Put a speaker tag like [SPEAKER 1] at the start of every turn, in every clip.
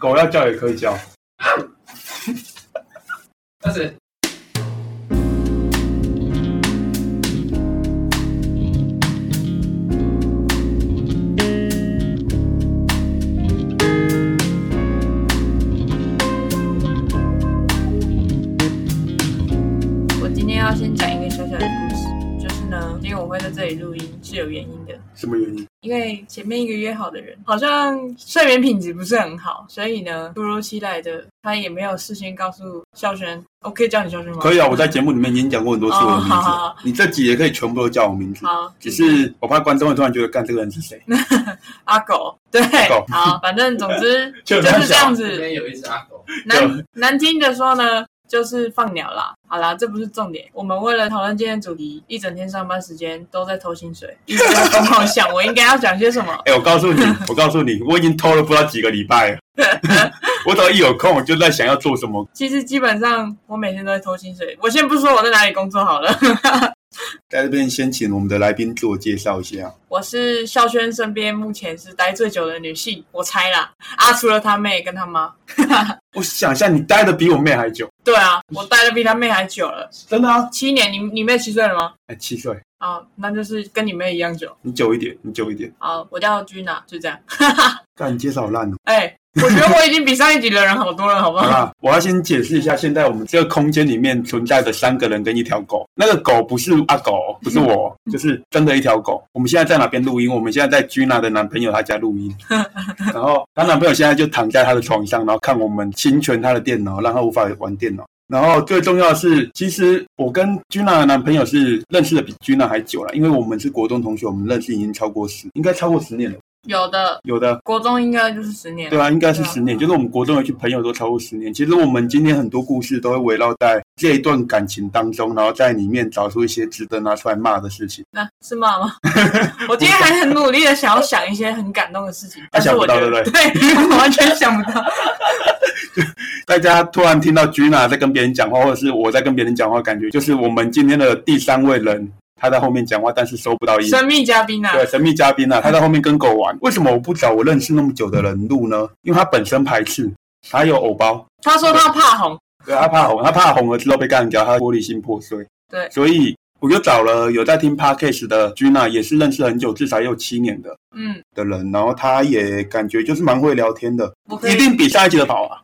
[SPEAKER 1] 狗要叫也可以叫。
[SPEAKER 2] 但是
[SPEAKER 3] 我今天要先讲一个小小的故事，就是呢，今天我会在这里录音是有原因的，
[SPEAKER 1] 什么原因？
[SPEAKER 3] 因为前面一个约好的人好像睡眠品质不是很好，所以呢，突如其来的他也没有事先告诉孝轩，我可以叫你孝轩吗？
[SPEAKER 1] 可以啊，我在节目里面已经讲过很多次我的名字，
[SPEAKER 3] 哦好好好
[SPEAKER 1] 你这集也可以全部都叫我名字。
[SPEAKER 3] 好，嗯
[SPEAKER 1] 只是我怕观众会突然觉得，干这个人是谁？
[SPEAKER 3] 阿狗，对
[SPEAKER 1] 狗，
[SPEAKER 3] 好，反正总 之
[SPEAKER 1] 就
[SPEAKER 3] 就
[SPEAKER 1] 很
[SPEAKER 3] 是这样
[SPEAKER 2] 这
[SPEAKER 3] 子。
[SPEAKER 2] 边有一只阿狗，
[SPEAKER 3] 难难听的说呢，就是放鸟啦。好啦，这不是重点。我们为了讨论今天的主题，一整天上班时间都在偷薪水，一直在疯狂想我应该要讲些什么。
[SPEAKER 1] 哎、我告 诉你，我告诉你，我已经偷了不知道几个礼拜了。我只要一有空，我就在想要做什么。
[SPEAKER 3] 其实基本上我每天都在偷薪水。我先不说我在哪里工作好了，
[SPEAKER 1] 在这边先请我们的来宾自我介绍一下。
[SPEAKER 3] 我是孝轩身边目前是待最久的女性，我猜啦。啊，除了他妹跟他妈。
[SPEAKER 1] 我想一下，你待的比我妹还久，
[SPEAKER 3] 对啊，我待的比他妹还久了，
[SPEAKER 1] 真的啊？
[SPEAKER 3] 七年。你你妹七岁了吗？
[SPEAKER 1] 哎、七岁，
[SPEAKER 3] 啊，那就是跟你妹一样久。
[SPEAKER 1] 你久一点，你久一点。
[SPEAKER 3] 好，我叫君娜，就这样。
[SPEAKER 1] 干，你介绍好烂哦。
[SPEAKER 3] 哎、我觉得我已经比上一集的人好多了，好不
[SPEAKER 1] 好
[SPEAKER 3] 好？
[SPEAKER 1] 啦，我要先解释一下，现在我们这个空间里面存在的三个人跟一条狗。那个狗不是阿狗，不是我，就是真的一条狗。我们现在在哪边录音？我们现在在 Gina 的男朋友他家录音，然后她男朋友现在就躺在她的床上，然后看我们侵权她的电脑，让她无法玩电脑。然后最重要的是，其实我跟 Gina 的男朋友是认识的比 Gina 还久了，因为我们是国中同学，我们认识已经超过十，应该超过十年了。
[SPEAKER 3] 有的，
[SPEAKER 1] 有的
[SPEAKER 3] 国中应该就是十年了。
[SPEAKER 1] 对啊，应该是
[SPEAKER 3] 对啊
[SPEAKER 1] 十年，就是我们国中有一群朋友都超过十年。其实我们今天很多故事都会围绕在这一段感情当中，然后在里面找出一些值得拿出来骂的事情。
[SPEAKER 3] 那、是 骂吗？我今天还很努力的想要想一些很感动的事情，但是
[SPEAKER 1] 想不
[SPEAKER 3] 我觉
[SPEAKER 1] 到
[SPEAKER 3] 得
[SPEAKER 1] 对不
[SPEAKER 3] 我完全想不到。
[SPEAKER 1] 大家突然听到 Gina 在跟别人讲话，或者是我在跟别人讲话，感觉就是我们今天的第三位人，他在后面讲话，但是收不到音。
[SPEAKER 3] 神秘嘉宾啊，
[SPEAKER 1] 对，神秘嘉宾啊，他在后面跟狗玩。为什么我不找我认识那么久的人录呢？因为他本身排斥，他有偶包，
[SPEAKER 3] 他说他怕红，
[SPEAKER 1] 对他怕红，他怕红了之后被干掉，他玻璃心破碎。
[SPEAKER 3] 对
[SPEAKER 1] 所以我就找了有在听 podcast 的 Gina，也是认识很久，至少也有七年的
[SPEAKER 3] 嗯，
[SPEAKER 1] 的人，然后他也感觉就是蛮会聊天的，
[SPEAKER 3] 我可
[SPEAKER 1] 一
[SPEAKER 3] 以
[SPEAKER 1] 定比上一集的好啊。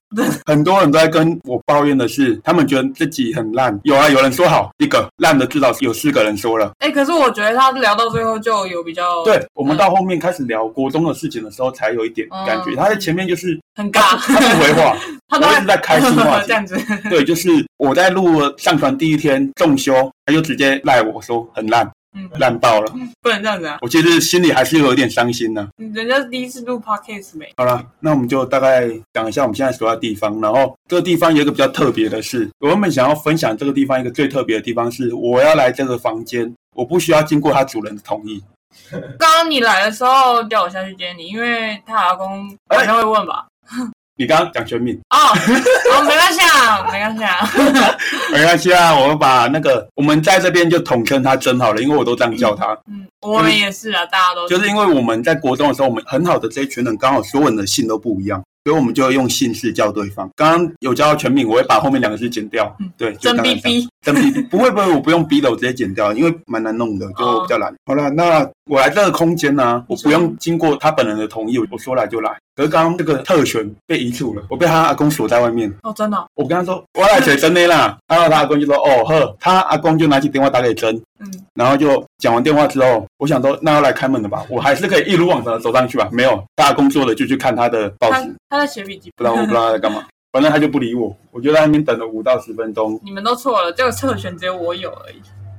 [SPEAKER 1] 很多人都在跟我抱怨的是，他们觉得自己很烂。有啊，有人说好一个烂的，至少有四个人说了。
[SPEAKER 3] 哎、可是我觉得他聊到最后就有比较
[SPEAKER 1] 对我们到后面开始聊国中的事情的时候，才有一点感觉。
[SPEAKER 3] 嗯
[SPEAKER 1] 他在前面就是
[SPEAKER 3] 很
[SPEAKER 1] 他
[SPEAKER 3] 尬
[SPEAKER 1] 不，他不回话，
[SPEAKER 3] 他都
[SPEAKER 1] 我一直在开心话题
[SPEAKER 3] 这样子，
[SPEAKER 1] 对，就是我在录上传第一天重修，他就直接赖我说很烂，
[SPEAKER 3] 嗯
[SPEAKER 1] 烂爆了。
[SPEAKER 3] 不能这样子啊！
[SPEAKER 1] 我其实心里还是有点伤心呢、
[SPEAKER 3] 人家是第一次录 podcast 没？
[SPEAKER 1] 好啦，那我们就大概讲一下我们现在所在的地方。然后这个地方有一个比较特别的是，我原本想要分享这个地方一个最特别的地方是，我要来这个房间，我不需要经过他主人的同意。
[SPEAKER 3] 刚刚你来的时候叫我下去接你，因为他老公好像会问吧？
[SPEAKER 1] 你刚刚讲全名，
[SPEAKER 3] 哦，哦，没关系啊，没关系啊。
[SPEAKER 1] 没关系啊，我们把那个我们在这边就统称他真好了，因为我都这样叫他。
[SPEAKER 3] 嗯，我们也是啊，大家都
[SPEAKER 1] 就是因为我们在国中的时候，我们很好的这一群人，刚好所有人的姓都不一样，所以我们就用姓氏叫对方。刚刚有叫到全名，我会把后面两个字剪掉。
[SPEAKER 3] 嗯
[SPEAKER 1] 对，就
[SPEAKER 3] 真
[SPEAKER 1] 大概
[SPEAKER 3] 逼
[SPEAKER 1] 这样。
[SPEAKER 3] 逼。
[SPEAKER 1] 真逼逼，不会不会，我不用逼的，我直接剪掉，因为蛮难弄的，就
[SPEAKER 3] 哦
[SPEAKER 1] 我比较懒。好了，那我来这个空间呢、啊我不用经过他本人的同意，我说来就来。可是刚刚这个特权被移除了，我被他阿公锁在外面。
[SPEAKER 3] 哦，真的哦、
[SPEAKER 1] 我跟他说我要来写真的啦，然后他阿公就说哦呵，他阿公就拿起电话打给真，
[SPEAKER 3] 嗯，
[SPEAKER 1] 然后就讲完电话之后，我想说那要来开门了吧，我还是可以一如往常的走上去吧。没有，大家工作了就去看他的报
[SPEAKER 3] 他
[SPEAKER 1] 纸，
[SPEAKER 3] 他在写笔记，
[SPEAKER 1] 不然我不知道他在干嘛。反正他就不理我，我就在那边等了五到十分钟。
[SPEAKER 3] 你们都错了，这个特权只有我有而已。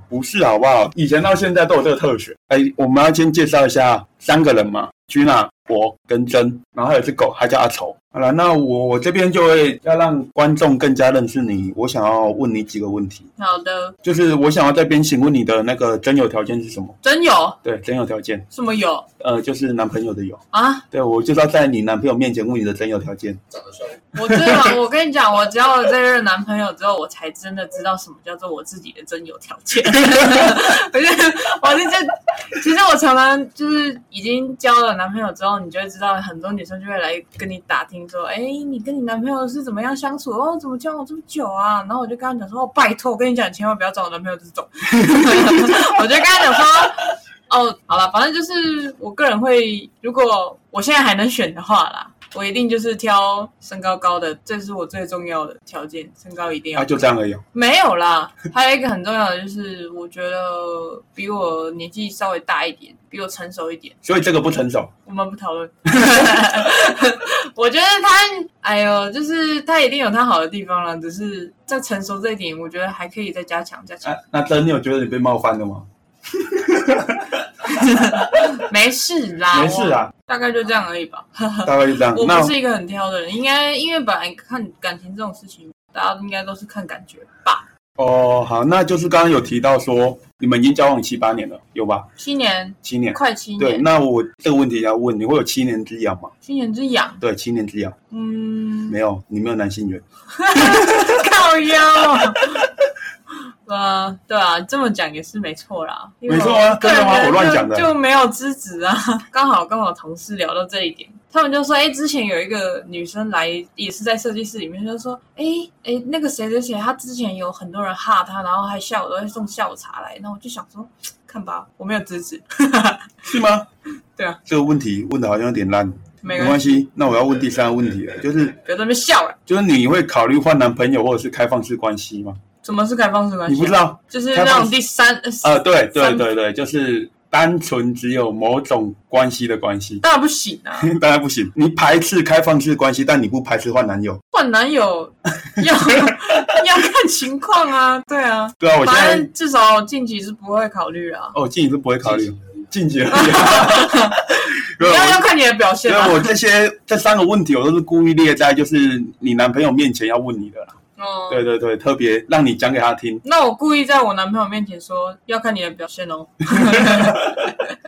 [SPEAKER 1] 不是好不好？以前到现在都有这个特权。哎，我们要先介绍一下三个人嘛，Gina、我跟珍，然后还有只狗，还叫阿丑。好了，那我我这边就会要让观众更加认识你。我想要问你几个问题，
[SPEAKER 3] 好的，
[SPEAKER 1] 就是我想要这边请问你的那个真有条件是什么？
[SPEAKER 3] 真有
[SPEAKER 1] 对，真有条件，
[SPEAKER 3] 什么有
[SPEAKER 1] 呃，就是男朋友的有。
[SPEAKER 3] 啊？
[SPEAKER 1] 对，我就是要在你男朋友面前问你的真有条件。
[SPEAKER 2] 长得帅，
[SPEAKER 3] 我真的，我跟你讲，我交了这任男朋友之后，我才真的知道什么叫做我自己的真有条件。 我是我是这，其实我常常就是已经交了男朋友之后，你就会知道很多女生就会来跟你打听听说，哎，你跟你男朋友是怎么样相处？哦，怎么交往这么久啊？然后我就跟他讲说，哦，拜托，我跟你讲，千万不要找我男朋友这种。 我就跟他讲说，哦，好了，反正就是我个人会，如果我现在还能选的话啦，我一定就是挑身高高的，这是我最重要的条件，身高一定要
[SPEAKER 1] 啊，。就这样而已哦。
[SPEAKER 3] 没有啦， 还有一个很重要的就是，我觉得比我年纪稍微大一点，比我成熟一点。
[SPEAKER 1] 所以这个不成熟，
[SPEAKER 3] 我们不 讨论。 我觉得他，哎呦，就是他一定有他好的地方了，只是在成熟这一点，我觉得还可以再加强加强
[SPEAKER 1] 啊。，那真你有觉得你被冒犯了吗？
[SPEAKER 3] 没事啦，
[SPEAKER 1] 没事，啊，
[SPEAKER 3] 大概就这样而已吧。
[SPEAKER 1] 大概就这样
[SPEAKER 3] 我。
[SPEAKER 1] 那
[SPEAKER 3] 不是一个很挑的人，应该因为本来看感情这种事情，大家应该都是看感觉吧。
[SPEAKER 1] 哦，好，那就是刚刚有提到说你们已经交往七八年了，有吧？
[SPEAKER 3] 七年，
[SPEAKER 1] 七年。
[SPEAKER 3] 快七
[SPEAKER 1] 对，
[SPEAKER 3] 年，
[SPEAKER 1] 那我这个问题要啊问，你会有七年之痒吗？
[SPEAKER 3] 七年之痒，
[SPEAKER 1] 对，七年之痒，
[SPEAKER 3] 嗯，
[SPEAKER 1] 没有，你没有男性缘。
[SPEAKER 3] 靠腰。呃， 对啊，这么讲也是没错啦。因为
[SPEAKER 1] 没错啊
[SPEAKER 3] 个人
[SPEAKER 1] 真的吗
[SPEAKER 3] 就
[SPEAKER 1] 我乱讲的
[SPEAKER 3] 就没有资质啊。 刚好跟我同事聊到这一点，他们就说，哎，之前有一个女生来，也是在设计室里面，就说，哎哎，那个谁谁谁，她之前有很多人哈她，然后还下午都会送下午茶来，那我就想说，看吧，我没有资质，
[SPEAKER 1] 是吗？
[SPEAKER 3] 对啊，
[SPEAKER 1] 这个问题问的好像有点烂，
[SPEAKER 3] 没
[SPEAKER 1] 没关
[SPEAKER 3] 系，
[SPEAKER 1] 系。那我要问第三个问题了，就是
[SPEAKER 3] 别在那边笑啊了。
[SPEAKER 1] 就是你会考虑换男朋友或者是开放式关系吗？
[SPEAKER 3] 什么是开放式关系、啊
[SPEAKER 1] 你不知，道
[SPEAKER 3] 就是那种第三
[SPEAKER 1] 啊、呃
[SPEAKER 3] 呃，
[SPEAKER 1] 对对
[SPEAKER 3] 三
[SPEAKER 1] 对对，就是单纯只有某种关系的关系，
[SPEAKER 3] 当然不行啊。
[SPEAKER 1] 当然不行。你排斥开放式关系，但你不排斥换男友，
[SPEAKER 3] 换男友要 要看情况啊，对啊，
[SPEAKER 1] 对啊，我现
[SPEAKER 3] 反
[SPEAKER 1] 在
[SPEAKER 3] 正至少近期是不会考虑啊。
[SPEAKER 1] 哦，进一步不会考虑晋 级了。
[SPEAKER 3] 你
[SPEAKER 1] 没有
[SPEAKER 3] 要
[SPEAKER 1] 我
[SPEAKER 3] 要看你的表现
[SPEAKER 1] 因
[SPEAKER 3] 啊
[SPEAKER 1] 为。我这些这三个问题，我都是故意列在就是你男朋友面前要问你的啦。
[SPEAKER 3] 哦，
[SPEAKER 1] 对对对，特别让你讲给他听。
[SPEAKER 3] 那我故意在我男朋友面前说要看你的表现哦。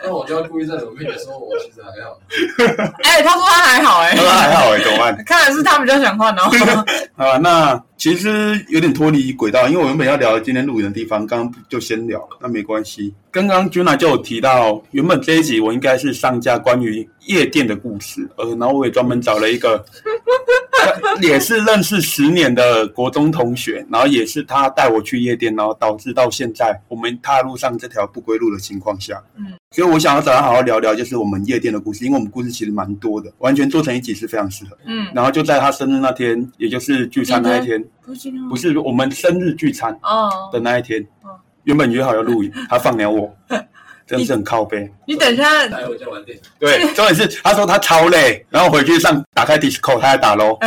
[SPEAKER 2] 那我就要故意在你们面前说，我其实还好。
[SPEAKER 3] 哎、他说他还好哎、
[SPEAKER 1] 他说还好哎、怎么办？
[SPEAKER 3] 看来是他比较想换哦。
[SPEAKER 1] 好吧，啊那其实有点脱离轨道，因为我原本要聊今天录影的地方，刚刚就先聊了，那没关系。刚刚 Juna 就有提到，原本这一集我应该是上架关于夜店的故事，呃，然后我也专门找了一个呃也是认识十年的国中同学，然后也是他带我去夜店，然后导致到现在我们踏入上这条不归路的情况下，
[SPEAKER 3] 嗯，
[SPEAKER 1] 所以我想要找他好好聊聊，就是我们夜店的故事，因为我们故事其实蛮多的，完全做成一集是非常适合。
[SPEAKER 3] 嗯，
[SPEAKER 1] 然后就在他生日那天，也就是聚餐那一天，
[SPEAKER 3] 不行哦
[SPEAKER 1] 不是我们生日聚餐
[SPEAKER 3] 哦，
[SPEAKER 1] 的那一天
[SPEAKER 3] 哦，
[SPEAKER 1] 原本约好要录影，他放鸟 我，真是很靠背。
[SPEAKER 3] 你等一下，
[SPEAKER 2] 来我家玩电脑，
[SPEAKER 1] 对，重点是他说他超累，然后回去上打开 Disco，他还打 喽，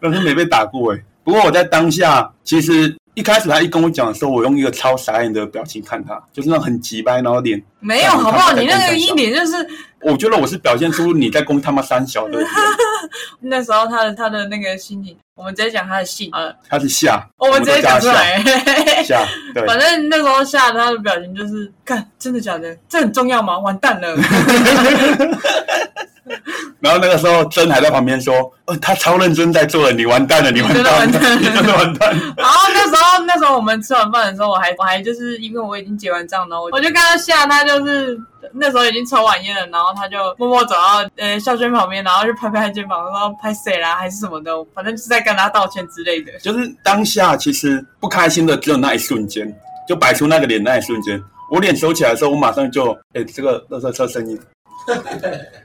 [SPEAKER 1] 但是没被打过哎、不过我在当下，其实一开始他一跟我讲的时候，我用一个超傻眼的表情看他，就是那种很急掰，然后脸，
[SPEAKER 3] 没有好不好？你那个一脸就是
[SPEAKER 1] 我觉得我是表现出你在攻他妈三小的脸，
[SPEAKER 3] 那时候他的他的那个心情，我们直接讲他的性好了，
[SPEAKER 1] 他是下，
[SPEAKER 3] 我们直接讲出来。
[SPEAKER 1] 下，对，
[SPEAKER 3] 反正那时候吓得他的表情就是，看真的假的？这很重要吗？完蛋了！
[SPEAKER 1] 然后那个时候，真还在旁边说：“哦，他超认真在做了，你完蛋了，你完蛋了， 你
[SPEAKER 3] 你
[SPEAKER 1] 真
[SPEAKER 3] 真
[SPEAKER 1] 的
[SPEAKER 3] 的
[SPEAKER 1] 完蛋了。
[SPEAKER 3] 然后那时候那时候我们吃完饭的时候，我还我还就是因为我已经结完账了，我就跟他吓他就是那时候已经抽完烟了，然后他就默默走到呃校轩旁边，然后就拍拍他肩膀说拍谁啦还是什么的，反正就是在跟他道歉之类的”。
[SPEAKER 1] 就是当下其实不开心的只有那一瞬间，就摆出那个脸那一瞬间。我脸收起来的时候，我马上就，哎，这个垃圾车声音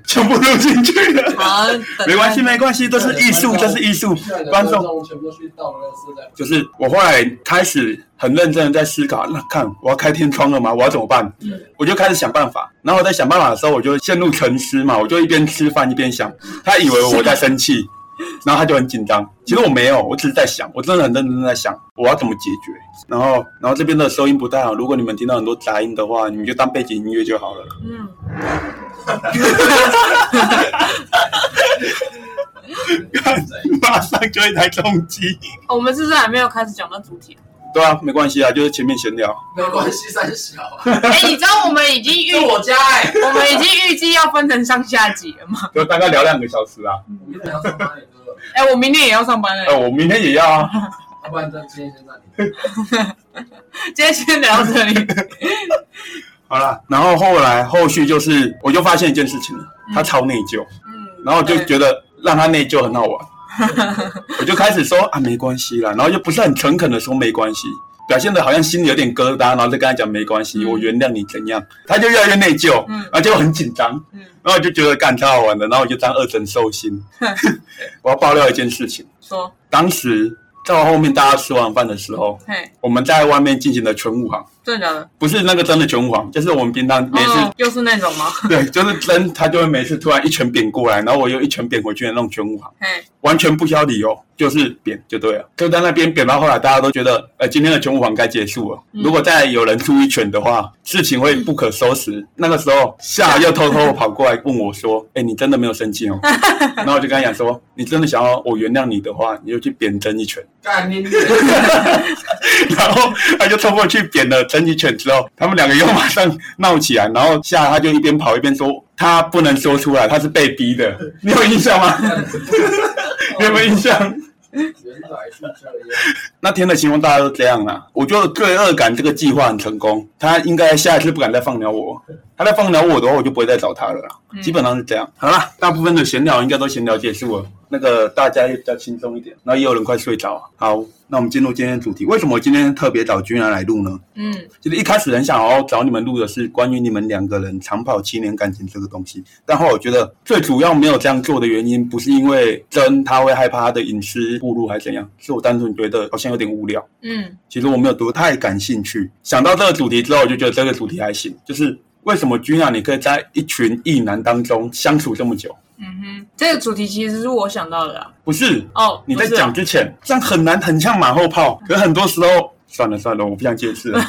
[SPEAKER 1] 全部录进去 了。
[SPEAKER 3] 好，
[SPEAKER 1] 没关系，没关系，这是艺术，这是艺术
[SPEAKER 2] 现在。的
[SPEAKER 1] 观
[SPEAKER 2] 观
[SPEAKER 1] 众
[SPEAKER 2] 众全部去到那个是在
[SPEAKER 1] 就是我后来开始很认真的在思考，那看我要开天窗了吗？我要怎么办？
[SPEAKER 3] 嗯
[SPEAKER 1] 我就开始想办法。然后我在想办法的时候，我就陷入沉思嘛，我就一边吃饭一边想。他以为我在生气，然后他就很紧张。其实我没有，我只是在想，我真的很认真地在想我要怎么解决。然后，然后这边的收音不太好，如果你们听到很多杂音的话，你们就当背景音乐就好了。
[SPEAKER 3] 嗯，
[SPEAKER 1] 马上就一台重机。
[SPEAKER 3] 我们是不是还没有开始讲到主 题？
[SPEAKER 1] 对啊，没关系啊，就是前面闲聊。
[SPEAKER 2] 没关系，三小啊，
[SPEAKER 3] 哎，你知道我们已经预
[SPEAKER 2] 是我家哎。
[SPEAKER 3] 我们已经预计要分成上下集了吗？
[SPEAKER 1] 就大概聊两个小时啊。
[SPEAKER 2] 我明天要上班，哥，
[SPEAKER 3] 哎，我明天也要上班
[SPEAKER 1] 呃，
[SPEAKER 3] 了，
[SPEAKER 1] 我明天也要啊。
[SPEAKER 2] 要不然就今天先暂停。
[SPEAKER 3] 今天先聊到这 里。
[SPEAKER 1] 好啦，然后后来后续就是，我就发现一件事情了，他超内疚，
[SPEAKER 3] 嗯，
[SPEAKER 1] 然后我就
[SPEAKER 3] 对
[SPEAKER 1] 觉得让他内疚很好 玩，我就开始说啊没关系啦，然后就不是很诚恳的说没关系，表现的好像心里有点疙瘩，然后再跟他讲没关系，
[SPEAKER 3] 嗯
[SPEAKER 1] 我原谅你怎样，他就越来越内疚，
[SPEAKER 3] 嗯
[SPEAKER 1] 然后就很紧张，
[SPEAKER 3] 嗯
[SPEAKER 1] 然后我就觉得干超好玩的，然后我就当二诊寿星。 我要爆料一件事情，
[SPEAKER 3] 说，
[SPEAKER 1] 当时到后面大家吃完饭的时候，
[SPEAKER 3] 嘿，
[SPEAKER 1] 我们在外面进行了全武行，
[SPEAKER 3] 真的假的？
[SPEAKER 1] 不是那个真的全武行，就是我们平常没事
[SPEAKER 3] 哦，又是那种吗？
[SPEAKER 1] 对，就是真，他就会每次突然一拳扁过来，然后我又一拳扁回去的那种全武行，
[SPEAKER 3] 嘿，
[SPEAKER 1] 完全不需要理由，就是扁就对了。就在那边扁到后来，大家都觉得，呃，今天的全武行该结束了。
[SPEAKER 3] 嗯
[SPEAKER 1] 如果再有人出一拳的话，事情会不可收拾。那个时候，夏又偷偷跑过来问我说：“哎、你真的没有生气哦？” 然后我就跟他讲说：“你真的想要我原谅你的话，你就去扁真一拳。”
[SPEAKER 2] 干你！
[SPEAKER 1] 然后他就冲过去扁了陈吉犬之后，他们两个又马上闹起来，然后夏他就一边跑一边说他不能说出来，他是被逼的，你有印象吗？ 你有没有印象？
[SPEAKER 2] 原来是这样，
[SPEAKER 1] 那天的情况大家都这样啦、我觉得罪恶感这个计划很成功，他应该下一次不敢再放鸟我。他再放鸟我的话，我就不会再找他了啦。
[SPEAKER 3] 嗯
[SPEAKER 1] 基本上是这样。好啦，大部分的闲聊应该都闲聊结束了，那个大家也比较轻松一点，然后也有人快睡着。啊好，那我们进入今天的主题。为什么我今天特别找君然来录呢？
[SPEAKER 3] 嗯
[SPEAKER 1] 其实一开始很想要找你们录的是关于你们两个人长跑七年感情这个东西，但后来我觉得最主要没有这样做的原因，不是因为真他会害怕他的隐私暴露还是怎样，是我单纯觉得好像有点无聊。
[SPEAKER 3] 嗯
[SPEAKER 1] 其实我没有多太感兴趣。想到这个主题之后，我就觉得这个主题还行，就是为什么君雅你可以在一群异男当中相处这么久？
[SPEAKER 3] 嗯哼，这个主题其实是我想到的啊。
[SPEAKER 1] 不是
[SPEAKER 3] 哦，
[SPEAKER 1] 你在
[SPEAKER 3] 不是啊
[SPEAKER 1] 讲之前，这样很难，很像马后炮。可是很多时候，算了算了，我不想解释了。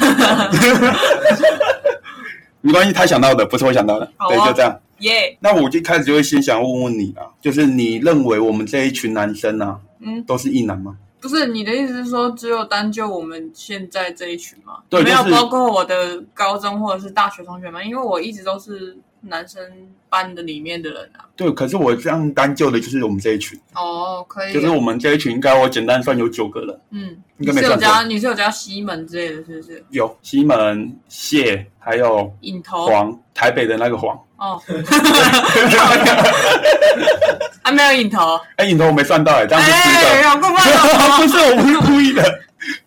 [SPEAKER 1] 没关系，他想到的不是我想到的，
[SPEAKER 3] 好啊
[SPEAKER 1] 对，就这样。
[SPEAKER 3] 耶，
[SPEAKER 1] 那我一开始就会先想问问你啊，就是你认为我们这一群男生啊，
[SPEAKER 3] 嗯，
[SPEAKER 1] 都是异男吗？
[SPEAKER 3] 不是你的意思是说只有单就我们现在这一群吗？
[SPEAKER 1] 对
[SPEAKER 3] 没有
[SPEAKER 1] 就是
[SPEAKER 3] 包括我的高中或者是大学同学们，因为我一直都是男生班的里面的人啊。
[SPEAKER 1] 对，可是我这样单就的就是我们这一群，
[SPEAKER 3] 哦，可以啊，
[SPEAKER 1] 就是我们这一群，应该我简单算有九个人，
[SPEAKER 3] 嗯，
[SPEAKER 1] 应
[SPEAKER 3] 你
[SPEAKER 1] 该没
[SPEAKER 3] 是有
[SPEAKER 1] 算
[SPEAKER 3] 加
[SPEAKER 1] 错。
[SPEAKER 3] 你是有加西门之类的，是不是？
[SPEAKER 1] 有西门、谢，还有
[SPEAKER 3] 引头
[SPEAKER 1] 黄，台北的那个黄。
[SPEAKER 3] 哦，还啊没有引头，
[SPEAKER 1] 哎，你头我没算到哎，这样是十个。
[SPEAKER 3] 哎，好过 分
[SPEAKER 1] 不
[SPEAKER 3] 哦！
[SPEAKER 1] 是，我不是故意的。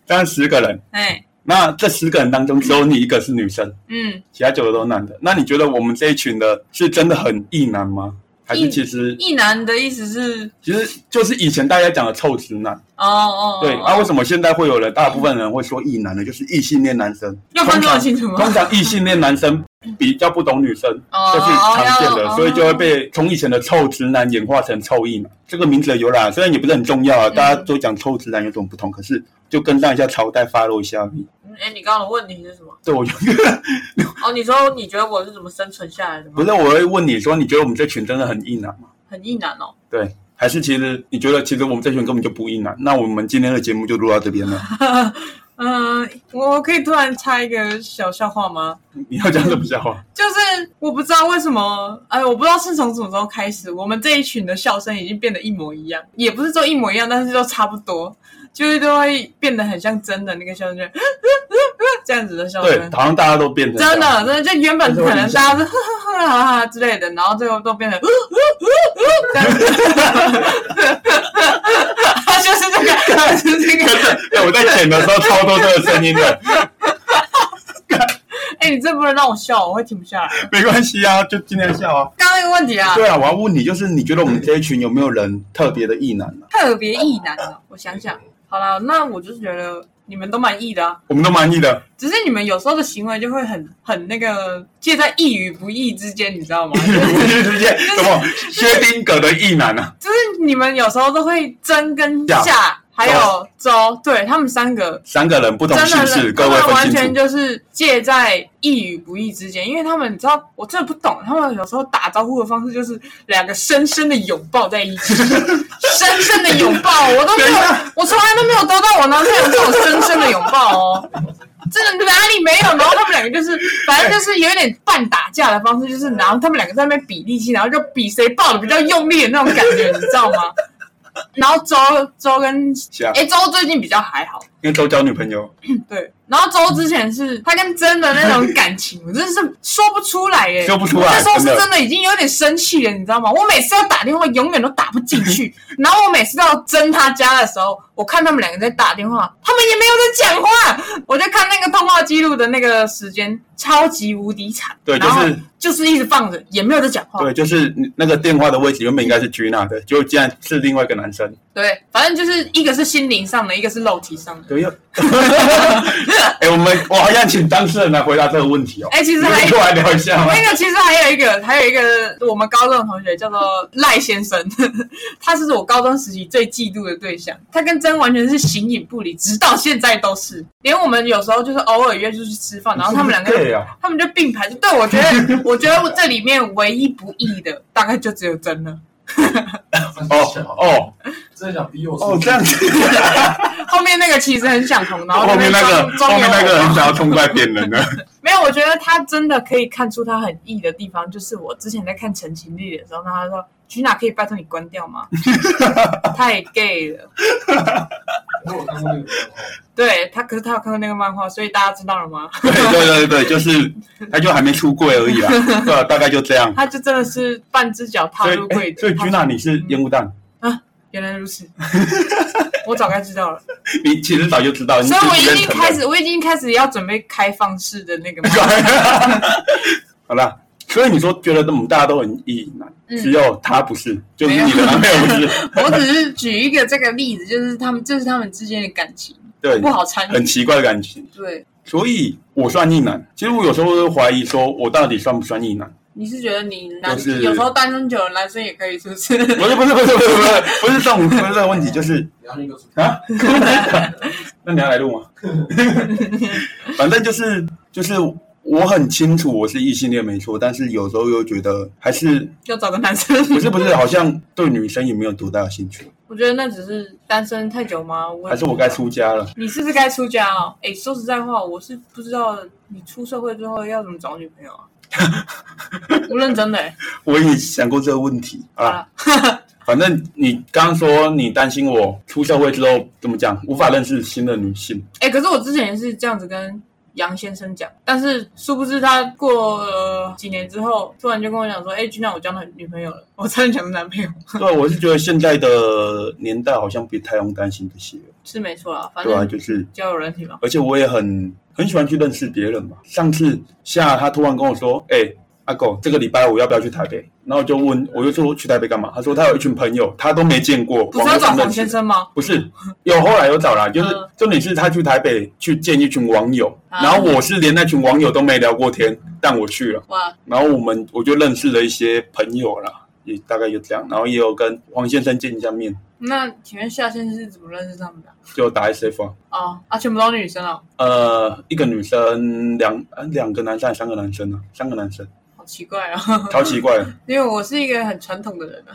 [SPEAKER 1] 当然十个人，
[SPEAKER 3] 哎，
[SPEAKER 1] 那这十个人当中只有你一个是女生，
[SPEAKER 3] 嗯，
[SPEAKER 1] 其他九个都是男的。那你觉得我们这一群的是真的很异男吗？还是
[SPEAKER 3] 异
[SPEAKER 1] 其实
[SPEAKER 3] 一男的意思是
[SPEAKER 1] 其实就是以前大家讲的臭直男？
[SPEAKER 3] 哦哦，哦
[SPEAKER 1] 对啊，为什么现在会有人大部分人会说异男呢？就是异性恋男生，
[SPEAKER 3] 要分
[SPEAKER 1] 通
[SPEAKER 3] 这么
[SPEAKER 1] 常
[SPEAKER 3] 清楚吗？
[SPEAKER 1] 通常异性恋男生比较不懂女生，
[SPEAKER 3] 哦
[SPEAKER 1] 这是常见的，
[SPEAKER 3] 哦
[SPEAKER 1] 所以就会被从以前的臭直男演化成臭异男。这个名字的由来啊虽然也不是很重要啊，
[SPEAKER 3] 嗯
[SPEAKER 1] 大家都讲臭直男有什么不同，可是就跟上一下朝代发落一下而已。
[SPEAKER 3] 哎，你刚刚的问题是什么？
[SPEAKER 1] 对，我就
[SPEAKER 3] 哦，你说你觉得我是怎么生存下来的吗？
[SPEAKER 1] 不是我会问你说，你觉得我们这群真的很异男吗？
[SPEAKER 3] 很硬男哦。
[SPEAKER 1] 对，还是其实你觉得其实我们这群根本就不异男？那我们今天的节目就录到这边了。
[SPEAKER 3] 嗯、我可以突然插一个小笑话吗？
[SPEAKER 1] 你要讲什么笑话？
[SPEAKER 3] 就是我不知道为什么，哎，我不知道是从什么时候开始，我们这一群的笑声已经变得一模一样，也不是说一模一样，但是都差不多，就是都会变得很像真的那个笑声，就这样子的笑
[SPEAKER 1] 对，
[SPEAKER 3] 声。
[SPEAKER 1] 好像大家都变成这样
[SPEAKER 3] 嗯真的，真的，就原本可能大家是呵呵呵哈哈之类的，然后最后都变成这样子，就是这个，就是这
[SPEAKER 1] 可
[SPEAKER 3] 个。
[SPEAKER 1] 是哎我在剪的时候超多这个声音的，
[SPEAKER 3] 哎、你这不能让我笑，我会停不下来。
[SPEAKER 1] 没关系啊，就尽量笑啊。
[SPEAKER 3] 刚刚那个问题啊，
[SPEAKER 1] 对啊，我要问你，就是你觉得我们这一群有没有人特别的异男啊呢、
[SPEAKER 3] 特别意难的，我想想，好了，那我就是觉得你们都蛮意的、啊，
[SPEAKER 1] 我们都蛮异 的，
[SPEAKER 3] 只是你们有时候的行为就会很很那个介在意与不意之间，你知道吗？就是
[SPEAKER 1] 我就直接什么薛丁格的异男啊，
[SPEAKER 3] 就是你们有时候都会争跟
[SPEAKER 1] 下
[SPEAKER 3] 下，还有周，对他们三个
[SPEAKER 1] 三个人不同
[SPEAKER 3] 真
[SPEAKER 1] 姓
[SPEAKER 3] 的
[SPEAKER 1] 氏，
[SPEAKER 3] 人，
[SPEAKER 1] 各
[SPEAKER 3] 他
[SPEAKER 1] 位
[SPEAKER 3] 们
[SPEAKER 1] 分
[SPEAKER 3] 完
[SPEAKER 1] 清
[SPEAKER 3] 全
[SPEAKER 1] 楚。
[SPEAKER 3] 就是介在意与不意之间，因为他们你知道，我真的不懂，他们有时候打招呼的方式就是两个深深的拥抱在一 起，深深的拥抱，我都没
[SPEAKER 1] 等一
[SPEAKER 3] 有
[SPEAKER 1] 下，
[SPEAKER 3] 我从来都没有得到我男朋友这种深深的拥 抱哦。真的哪里没有？然后他们两个就是，反正就是有一点半打架的方式，就是然后他们两个在那边比力气，然后就比谁抱的比较用力的那种感觉，你知道吗？然后周周跟
[SPEAKER 1] 下
[SPEAKER 3] 哎、周最近比较还好，
[SPEAKER 1] 啊因为周交女朋友，
[SPEAKER 3] 对，然后周之前是他跟真的那种感情，我真的是说不出来耶、
[SPEAKER 1] 说不出
[SPEAKER 3] 我那
[SPEAKER 1] 来，
[SPEAKER 3] 时候是
[SPEAKER 1] 真的
[SPEAKER 3] 真的已经有点生气了，你知道吗？我每次要打电话，永远都打不进 去。然后我每次到真他家的时候，我看他们两个在打电话，他们也没有在讲话。我就看那个通话记录的那个时间，超级无敌惨。
[SPEAKER 1] 对
[SPEAKER 3] 然后
[SPEAKER 1] 就是
[SPEAKER 3] 就是一直放着，也没有在讲话。
[SPEAKER 1] 对，就是那个电话的位置原本应该是居娜的，结果竟然是另外一个男生。
[SPEAKER 3] 对，反正就是一个是心灵上的，一个是肉体上的。
[SPEAKER 1] 对，又，哎，我们我好像请当事人来回答这个问题哦。
[SPEAKER 3] 哎、其
[SPEAKER 1] 你
[SPEAKER 3] 实
[SPEAKER 1] 们
[SPEAKER 3] 还
[SPEAKER 1] 过来聊一 下吗？
[SPEAKER 3] 那个其实还有一个，还有一个我们高中的同学叫做赖先生， 他是我高中时期最嫉妒的对象。他跟真完全是形影不离，直到现在都是。连我们有时候就是偶尔约出去吃饭，然后他们两个，
[SPEAKER 1] 对啊，
[SPEAKER 3] 他们就并排。就对我 觉得，我觉得我这里面唯一不易的，大概就只有真了。
[SPEAKER 1] 哦哦
[SPEAKER 2] 真的想逼我
[SPEAKER 1] 哦，这样子，
[SPEAKER 3] 后面那个其实很想红，然后
[SPEAKER 1] 后面那
[SPEAKER 3] 在那
[SPEAKER 1] 个
[SPEAKER 3] 边装
[SPEAKER 1] 后面那个
[SPEAKER 3] 装有我
[SPEAKER 1] 很想要痛快扁人 了。
[SPEAKER 3] 没有，我觉得他真的可以看出他很异的地方，就是我之前在看《陈情令》的时候，他说：“菊娜，可以拜托你关掉吗？” 太 gay 了。
[SPEAKER 2] 我有看过那个漫画，
[SPEAKER 3] 对他，可是他有看过那个漫画，所以大家知道了吗？
[SPEAKER 1] 对对对对，就是他就还没出柜而已 啦，对啊，大概就这样。
[SPEAKER 3] 他就真的是半只脚踏
[SPEAKER 1] 所以
[SPEAKER 3] 入，柜
[SPEAKER 1] 哎
[SPEAKER 3] 子。
[SPEAKER 1] 所以居娜你是烟雾弹，
[SPEAKER 3] 原来如此， 我早该知道了，
[SPEAKER 1] 你其实早就知道，你
[SPEAKER 3] 所以我
[SPEAKER 1] 就
[SPEAKER 3] 已
[SPEAKER 1] 直接
[SPEAKER 3] 经
[SPEAKER 1] 承认
[SPEAKER 3] 开。始，我已经开始要准备开放式的那个漫
[SPEAKER 1] 好啦，所以你说觉得我们大家都很异男，
[SPEAKER 3] 嗯
[SPEAKER 1] 只有他不是，就是你的男朋友不是，
[SPEAKER 3] 画。我只是举一个这个例子，就是他们，这是他们之间的感情
[SPEAKER 1] 对
[SPEAKER 3] 不，好参
[SPEAKER 1] 很
[SPEAKER 3] 与。
[SPEAKER 1] 奇怪的感情。
[SPEAKER 3] 对，
[SPEAKER 1] 所以我算异男，其实我有时候会怀疑说，我到底算不算异男？
[SPEAKER 3] 你是觉得你男
[SPEAKER 1] 就是
[SPEAKER 3] 有时候单身久了，男生也可以，是不是？
[SPEAKER 1] 不是不是不是不是不是不是这种不是这种问题，就是
[SPEAKER 2] 你要那个什么
[SPEAKER 1] 啊，那你要来录吗？ 反正就是就是我很清楚我是异性恋没错，但是有时候又觉得还是
[SPEAKER 3] 要找个男生。
[SPEAKER 1] 不是不是，好像对女生也没有多大的兴趣，
[SPEAKER 3] 我觉得那只是单身太久吗？我也
[SPEAKER 1] 还是我该出家了？
[SPEAKER 3] 你是不是该出家哦？哎，说实在话，我是不知道你出社会之后要怎么找女 朋友啊。我认真的、欸，
[SPEAKER 1] 我也想过这个问题
[SPEAKER 3] 好
[SPEAKER 1] 啊。
[SPEAKER 3] 啦
[SPEAKER 1] 反正你刚刚说你担心我出社会之后怎么讲，无法认识新的女 性，
[SPEAKER 3] 哎、可是我之前也是这样子跟杨先生讲，但是殊不知他过了几年之后，突然就跟我讲说，哎、君娜，我交男女朋友了，我差点讲男朋友，
[SPEAKER 1] 对，啊我是觉得现在的年代好像不太用担心这些，
[SPEAKER 3] 是没错啊，反
[SPEAKER 1] 对啊，
[SPEAKER 3] 正
[SPEAKER 1] 就是
[SPEAKER 3] 交友人体嘛，
[SPEAKER 1] 而且我也很很喜欢去认识别人嘛。上次夏他突然跟我说：“哎、阿狗，这个礼拜我要不要去台北？”然后我就问，我就说去台北干嘛？他说他有一群朋友，他都没见过，
[SPEAKER 3] 不是
[SPEAKER 1] 网
[SPEAKER 3] 要
[SPEAKER 1] 络
[SPEAKER 3] 找
[SPEAKER 1] 上认
[SPEAKER 3] 黄
[SPEAKER 1] 识
[SPEAKER 3] 先生吗？
[SPEAKER 1] 不是，有后来有找啦，就是
[SPEAKER 3] 嗯
[SPEAKER 1] 重点是他去台北去见一群网友，
[SPEAKER 3] 啊
[SPEAKER 1] 然后我是连那群网友都没聊过天，但我去了，
[SPEAKER 3] 哇，
[SPEAKER 1] 然后我们我就认识了一些朋友啦，也大概就这样，然后也有跟黄先生见一下面，
[SPEAKER 3] 那请问夏先生是怎么认识他们的啊？
[SPEAKER 1] 就打 SF 啊。
[SPEAKER 3] 哦，啊，全部都是女生哦，
[SPEAKER 1] 呃，一个女生，两呃两个男生，还是三个男生呢、啊？三个男生，
[SPEAKER 3] 好奇怪哦，
[SPEAKER 1] 超奇怪的。
[SPEAKER 3] 因为我是一个很传统的人啊。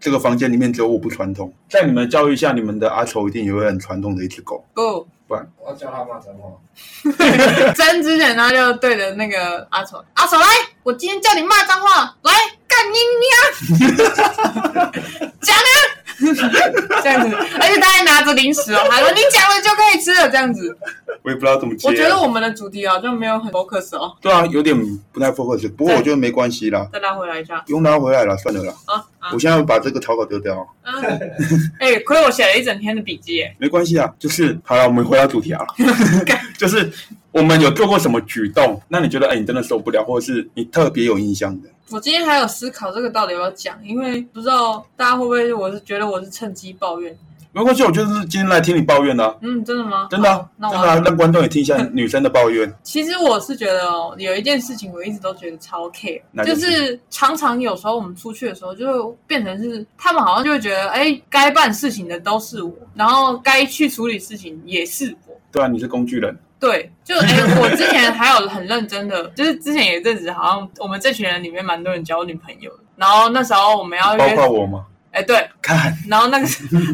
[SPEAKER 1] 这个房间里面只有我不传统，在你们的教育下，你们的阿丑一定也会很传统的一只狗。
[SPEAKER 3] 不，
[SPEAKER 2] 我要教他骂脏话。
[SPEAKER 3] 真之前他就对着那个阿丑，阿丑来，我今天叫你骂脏话，来干你娘， 讲啊，这 样子，而且他还拿着零食哦，他说你讲了就可以吃了，这样子。
[SPEAKER 1] 我也不知道怎么接啊、
[SPEAKER 3] 我觉得我们的主题啊就没有很 focus 哦，
[SPEAKER 1] 对啊，有点不太 focus，不过我觉得没关系啦，
[SPEAKER 3] 再拉回来一下
[SPEAKER 1] 不用拉回来了，算了啦。
[SPEAKER 3] 啊啊
[SPEAKER 1] 我现在把这个草稿丢掉，
[SPEAKER 3] 啊！哎、亏我写了一整天的笔记耶，
[SPEAKER 1] 没关系啊。就是好了，我们回到主题 啊， 就是我们有做过什么举动，那你觉得哎、你真的受不了，或者是你特别有印象的？
[SPEAKER 3] 我今天还有思考这个到底要不要讲，因为不知道大家会不会，我是觉得我是趁机抱怨。
[SPEAKER 1] 没关系，我就是今天来听你抱怨的、啊，
[SPEAKER 3] 嗯，真的吗？
[SPEAKER 1] 真的啊、
[SPEAKER 3] 好那
[SPEAKER 1] 真
[SPEAKER 3] 我
[SPEAKER 1] 的、啊，让观众也听一 下女生的抱怨。
[SPEAKER 3] 其实我是觉得哦，有一件事情我一直都觉得超 care，
[SPEAKER 1] 那就
[SPEAKER 3] 就是是常常有时候我们出去的时候，就会变成是他们好像就会觉得，哎，该办事情的都是我，然后该去处理事情也是我。
[SPEAKER 1] 对啊，你是工具人，
[SPEAKER 3] 对，就哎、 我之前还有很认真的，就是之前有一阵子，好像我们这群人里面蛮多人交女朋友的。然后那时候我们要
[SPEAKER 1] 包
[SPEAKER 3] 约，
[SPEAKER 1] 括我吗？
[SPEAKER 3] 哎，对，
[SPEAKER 1] 看，
[SPEAKER 3] 然后那个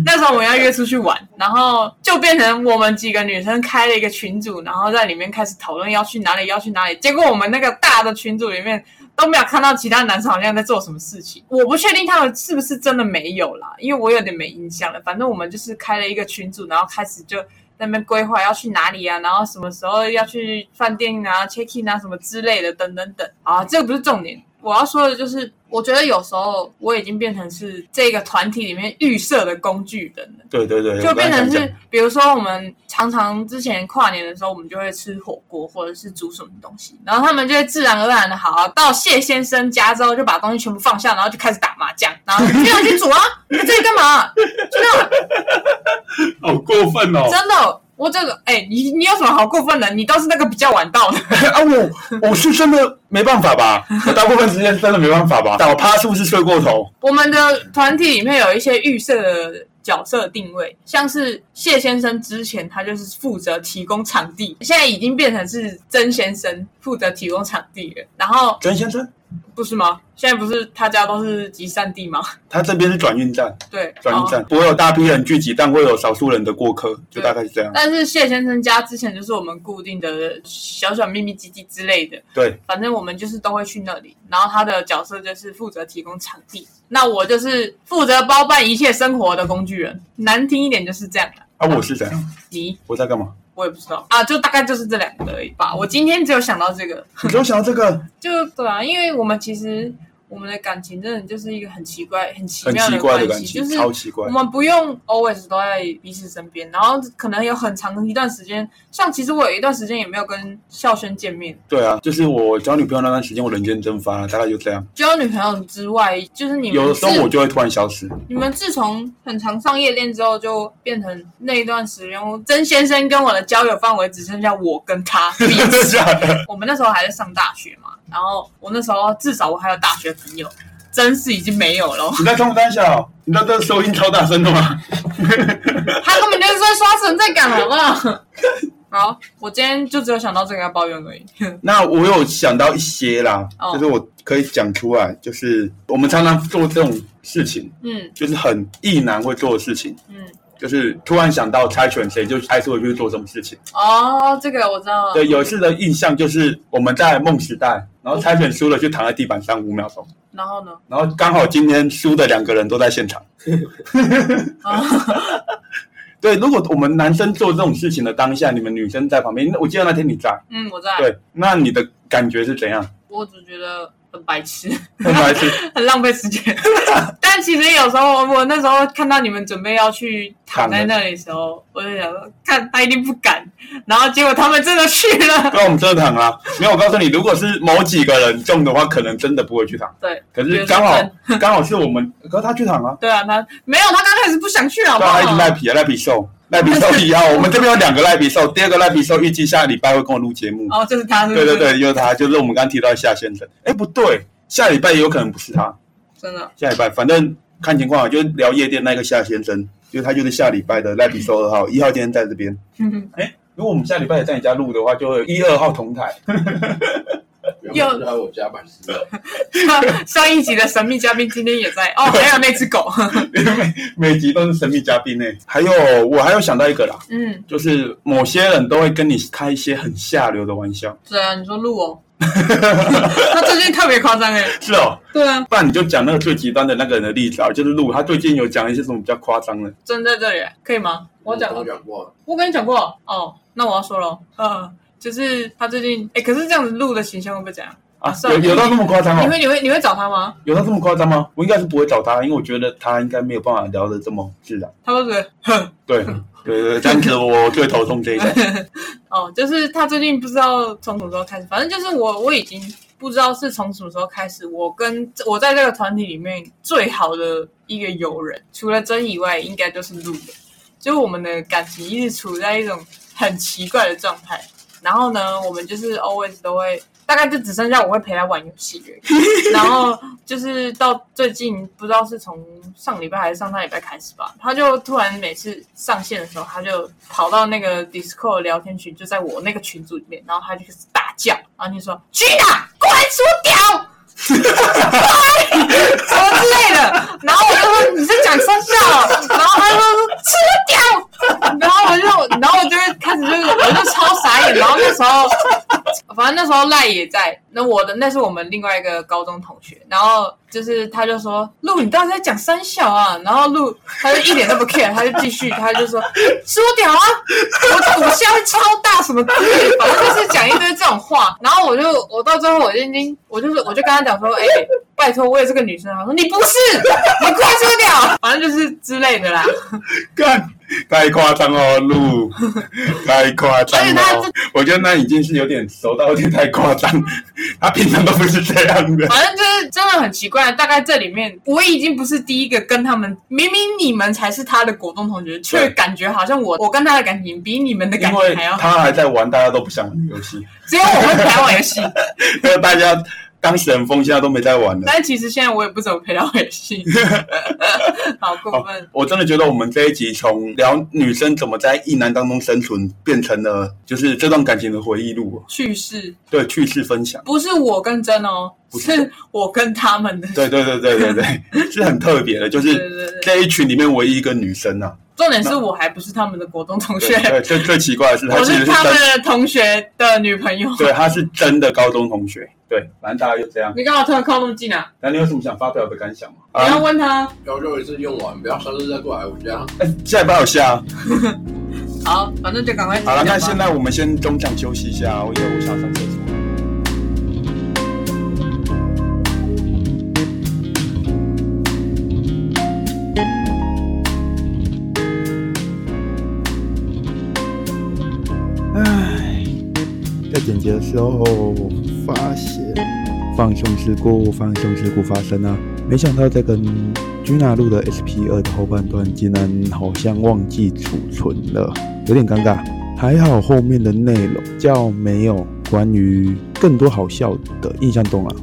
[SPEAKER 3] 那时候我们要约出去玩，然后就变成我们几个女生开了一个群组，然后在里面开始讨论要去哪里，要去哪里。结果我们那个大的群组里面都没有看到其他男生好像在做什么事情，我不确定他们是不是真的没有啦，因为我有点没印象了。反正我们就是开了一个群组，然后开始就。在那边规划要去哪里啊，然后什么时候要去饭店啊、check in 啊什么之类的，等等等啊，这个不是重点。我要说的就是，我觉得有时候我已经变成是这个团体里面预设的工具人了。
[SPEAKER 1] 对对对，
[SPEAKER 3] 就
[SPEAKER 1] 我
[SPEAKER 3] 变
[SPEAKER 1] 刚才
[SPEAKER 3] 成
[SPEAKER 1] 想讲
[SPEAKER 3] 是，比如说我们常常之前跨年的时候，我们就会吃火锅或者是煮什么东西，然后他们就会自然而然的，好、啊、到谢先生家之后就把东西全部放下，然后就开始打麻将，然后就 这样去煮啊，你在这里干嘛？啊
[SPEAKER 1] 好过分哦！
[SPEAKER 3] 真的，我这个哎、你你有什么好过分的？你倒是那个比较晚到的，
[SPEAKER 1] 啊，我我是真的没办法吧，我大部分时间真的没办法吧，倒趴是不是睡过头？
[SPEAKER 3] 我们的团体里面有一些预设的角色定位，像是谢先生之前他就是负责提供场地，现在已经变成是曾先生负责提供场地了。然后
[SPEAKER 1] 曾先生，
[SPEAKER 3] 不是吗？现在不是他家都是集散地吗？
[SPEAKER 1] 他这边是转运站，
[SPEAKER 3] 对，
[SPEAKER 1] 转运
[SPEAKER 3] 哦
[SPEAKER 1] 站不会有大批人聚集，但会有少数人的过客，就
[SPEAKER 3] 对
[SPEAKER 1] 大概是这样。
[SPEAKER 3] 但是谢先生家之前就是我们固定的小小秘密基地之类的，
[SPEAKER 1] 对，
[SPEAKER 3] 反正我们就是都会去那里。然后他的角色就是负责提供场地，那我就是负责包办一切生活的工具人。难听一点就是这样的、
[SPEAKER 1] 啊，我是怎样？
[SPEAKER 3] 你
[SPEAKER 1] 我在干 嘛？
[SPEAKER 3] 我也不知道啊，就大概就是这两个而已吧。我今天只有想到这个，
[SPEAKER 1] 你给我想到这个
[SPEAKER 3] 就对啊，因为我们其实我们的感情真的就是一个很奇怪、很奇
[SPEAKER 1] 很
[SPEAKER 3] 妙
[SPEAKER 1] 奇怪
[SPEAKER 3] 关
[SPEAKER 1] 的
[SPEAKER 3] 系，
[SPEAKER 1] 感情，
[SPEAKER 3] 就是
[SPEAKER 1] 超奇怪
[SPEAKER 3] 我。们不用 always 都在彼此身边，然后可能有很长一段时间，像其实我有一段时间也没有跟孝轩见面，
[SPEAKER 1] 对啊，就是我交女朋友那段时间，我人间蒸发，大概就这样。
[SPEAKER 3] 交女朋友之外，就是你们
[SPEAKER 1] 有的时候
[SPEAKER 3] 自
[SPEAKER 1] 我就会突然消失。
[SPEAKER 3] 你们自从很常上夜店之后，就变成那一段时间，我曾先生跟我的交友范围只剩下我跟他彼
[SPEAKER 1] 真 的
[SPEAKER 3] 此。
[SPEAKER 1] 假的？
[SPEAKER 3] 我们那时候还在上大学嘛，然后我那时候至少我还有大学朋友，真是已经没有了。
[SPEAKER 1] 你在冲三小？你知道这收音超大声的吗？
[SPEAKER 3] 他根本就是在刷存在感，好不好？ 好，我今天就只有想到这个要抱怨而已。
[SPEAKER 1] 那我有想到一些啦，
[SPEAKER 3] 哦
[SPEAKER 1] 就是我可以讲出来，就是我们常常做这种事情，
[SPEAKER 3] 嗯
[SPEAKER 1] 就是很意难会做的事情，
[SPEAKER 3] 嗯，
[SPEAKER 1] 就是突然想到猜拳谁就猜出我去做什么事情。
[SPEAKER 3] 哦，这个我知道了。
[SPEAKER 1] 对，有一次的印象就是我们在梦时代，然后猜拳输了就躺在地板上五秒钟，
[SPEAKER 3] 然后呢？
[SPEAKER 1] 然后刚好今天输的两个人都在现场。
[SPEAKER 3] 啊，
[SPEAKER 1] 对，如果我们男生做这种事情的当下，你们女生在旁边，那我记得那天你在，
[SPEAKER 3] 嗯，我在。
[SPEAKER 1] 对，那你的感觉是怎样？
[SPEAKER 3] 我只觉得很白痴，
[SPEAKER 1] 很白痴，
[SPEAKER 3] 很浪费 时间。但其实有时候，我那时候看到你们准备要去躺在那里的时候，我就想说，看他一定不敢。然后结果他们真的去了。
[SPEAKER 1] 那我们真的躺啊！没有，我告诉你，如果是某几个人中的话，可能真的不会去躺。
[SPEAKER 3] 对，
[SPEAKER 1] 可
[SPEAKER 3] 觉
[SPEAKER 1] 是
[SPEAKER 3] 得
[SPEAKER 1] 刚好
[SPEAKER 3] 真
[SPEAKER 1] 刚好是我们，可是他去躺啊，
[SPEAKER 3] 对啊，他没有，他刚开始不想去，好
[SPEAKER 1] 对
[SPEAKER 3] 不
[SPEAKER 1] 啊，
[SPEAKER 3] 好
[SPEAKER 1] 他一直？赖皮啊，赖皮兽，赖皮兽一样。我们这边有两个赖皮兽，第二个赖皮兽预计下礼拜会跟我录节目。
[SPEAKER 3] 哦，就 是他，是不
[SPEAKER 1] 对
[SPEAKER 3] 是？
[SPEAKER 1] 对，对，就是他，就是我们刚刚提到的夏先生。哎，不对，下礼拜也有可能不是他，
[SPEAKER 3] 真的。
[SPEAKER 1] 下礼拜反正看情况啊，就是聊夜店那个夏先生，就是他就是下礼拜的赖皮兽二号，一号今天在这 边。哎如果我们下礼拜也在你家录的话，就会有一二号同台。
[SPEAKER 3] 又
[SPEAKER 2] 来我家办事。
[SPEAKER 3] 上一集的神秘嘉宾今天也在哦，还有那只狗。
[SPEAKER 1] 每每集都是神秘嘉宾呢、还有，我还有想到一个啦，
[SPEAKER 3] 嗯，
[SPEAKER 1] 就是某些人都会跟你开一些很下流的玩笑。
[SPEAKER 3] 对啊，你说鹿 哦，他最近特别夸张哎。
[SPEAKER 1] 是哦，
[SPEAKER 3] 对啊，
[SPEAKER 1] 不然你就讲那个最极端的那个人的例子啊，就是鹿，他最近有讲一些什么比较夸张的。
[SPEAKER 3] 真在这里可以吗？我讲
[SPEAKER 2] 我
[SPEAKER 3] 过，
[SPEAKER 2] 讲过，
[SPEAKER 3] 我跟你讲过哦。那我要说了，嗯，就是他最近哎，可是这样子鹿的形象会不会怎样？
[SPEAKER 1] 啊
[SPEAKER 3] 啊，算
[SPEAKER 1] 有
[SPEAKER 3] 了
[SPEAKER 1] 有到这么夸张
[SPEAKER 3] 你
[SPEAKER 1] 哦？
[SPEAKER 3] 会你会你会找他吗？
[SPEAKER 1] 有到这么夸张吗？我应该是不会找他，因为我觉得他应该没有办法聊得这么自然。
[SPEAKER 3] 他会不会哼？
[SPEAKER 1] 对对对，这样子我最头痛这 一个。
[SPEAKER 3] 哦，就是他最近不知道从什么时候开始，反正就是我我已经不知道是从什么时候开始，我跟我在这个团体里面最好的一个友人，除了真以外，应该就是路人，就是我们的感情一直处在一种很奇怪的状态。然后呢，我们就是 always 都会，大概就只剩下我会陪他玩游戏而已 然后就是到最近，不知道是从上礼拜还是上上礼拜开始吧，他就突然每次上线的时候，他就跑到那个 Discord 聊天群，就在我那个群组里面，然后他就开始大叫，然后就说：“去哪，过来说屌！” 什么之类的。然后我就说你在讲三笑，然后他就说吃个屌，然后我就然后我就会开始就是我就超傻眼，然后那时候反正那时候候赖也在，那我的那是我们另外一个高中同学，然后就是他就说陆你到底在讲三小啊？然后陆他就一点都不 care，他就继续他就说是我屌啊，我我下会超大什么之类的，反正就是讲一堆这种话，然后我就我到最后我就已经我就是我就跟他讲说，哎、拜托我也是个女生啊，他说你不是，你快说屌，反正就是之类的啦。
[SPEAKER 1] 干，太夸张哦， 路，太夸张
[SPEAKER 3] 而且他
[SPEAKER 1] 哦！我觉得那已经是有点熟到有点太夸张， 他平常都不是这样 的。
[SPEAKER 3] 反正就是真的很奇怪。大概这里面，我已经不是第一个跟他们，明明你们才是他的国中同学，却感觉好像我我跟他的感情比你们的
[SPEAKER 1] 因
[SPEAKER 3] 感
[SPEAKER 1] 为
[SPEAKER 3] 情还要好，
[SPEAKER 1] 他还在玩大家都不想玩的游戏，
[SPEAKER 3] 只有我会陪他玩游 戏。
[SPEAKER 1] 那大家当时很疯，现在都没在玩了。
[SPEAKER 3] 但其实现在我也不怎么陪他玩 游戏，好过分。
[SPEAKER 1] 我真的觉得我们这一集从聊女生怎么在异男当中生存，变成了就是这段感情的回忆录哦，
[SPEAKER 3] 趣事
[SPEAKER 1] 对趣事分享。
[SPEAKER 3] 不是我跟真哦，
[SPEAKER 1] 不是
[SPEAKER 3] 是我跟他们的。
[SPEAKER 1] 对对对对对对， 是很特别的，就
[SPEAKER 3] 对
[SPEAKER 1] 是
[SPEAKER 3] 对对，
[SPEAKER 1] 这一群里面唯一一个女生啊。
[SPEAKER 3] 重点是我还不是他们的国中同
[SPEAKER 1] 对
[SPEAKER 3] 学，
[SPEAKER 1] 对，最最奇怪的是，她
[SPEAKER 3] 我
[SPEAKER 1] 其实
[SPEAKER 3] 是
[SPEAKER 1] 是
[SPEAKER 3] 他
[SPEAKER 1] 真
[SPEAKER 3] 们的同学的女朋友。
[SPEAKER 1] 对，他是真的高中同学。对，反正大家就这样。
[SPEAKER 3] 你干嘛突然靠那么近啊？
[SPEAKER 1] 那你有什么想发表的感想吗？
[SPEAKER 3] 你要
[SPEAKER 1] 啊，
[SPEAKER 3] 问他。
[SPEAKER 2] 要肉一次用完，不要下次再过来我家。
[SPEAKER 1] 哎下礼拜有下。
[SPEAKER 3] 好，反正就赶快
[SPEAKER 1] 好了，那
[SPEAKER 3] 剪吧
[SPEAKER 1] 现在我们先中场休息一下，啊因为我想上厕所。
[SPEAKER 4] 唉，在剪辑的时候发现放送事故，放送事故发生啊！没想到在跟君娜录的 SP 二的后半段，竟然好像忘记储存了，有点尴尬。还好后面的内容较没有关于更多好笑的印象中啊，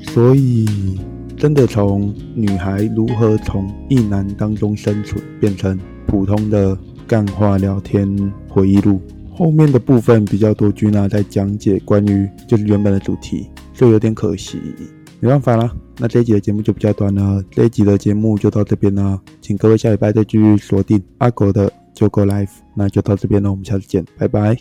[SPEAKER 4] 所以真的从女孩如何从一男当中生存，变成普通的干话聊天回忆录。后面的部分比较多君娜在讲解关于就是原本的主题，所以有点可惜，没办法啦。那这一集的节目就比较短了，这一集的节目就到这边啦，请各位下礼拜再继续锁定阿狗的九狗 life，那就到这边了，我们下次见，拜拜。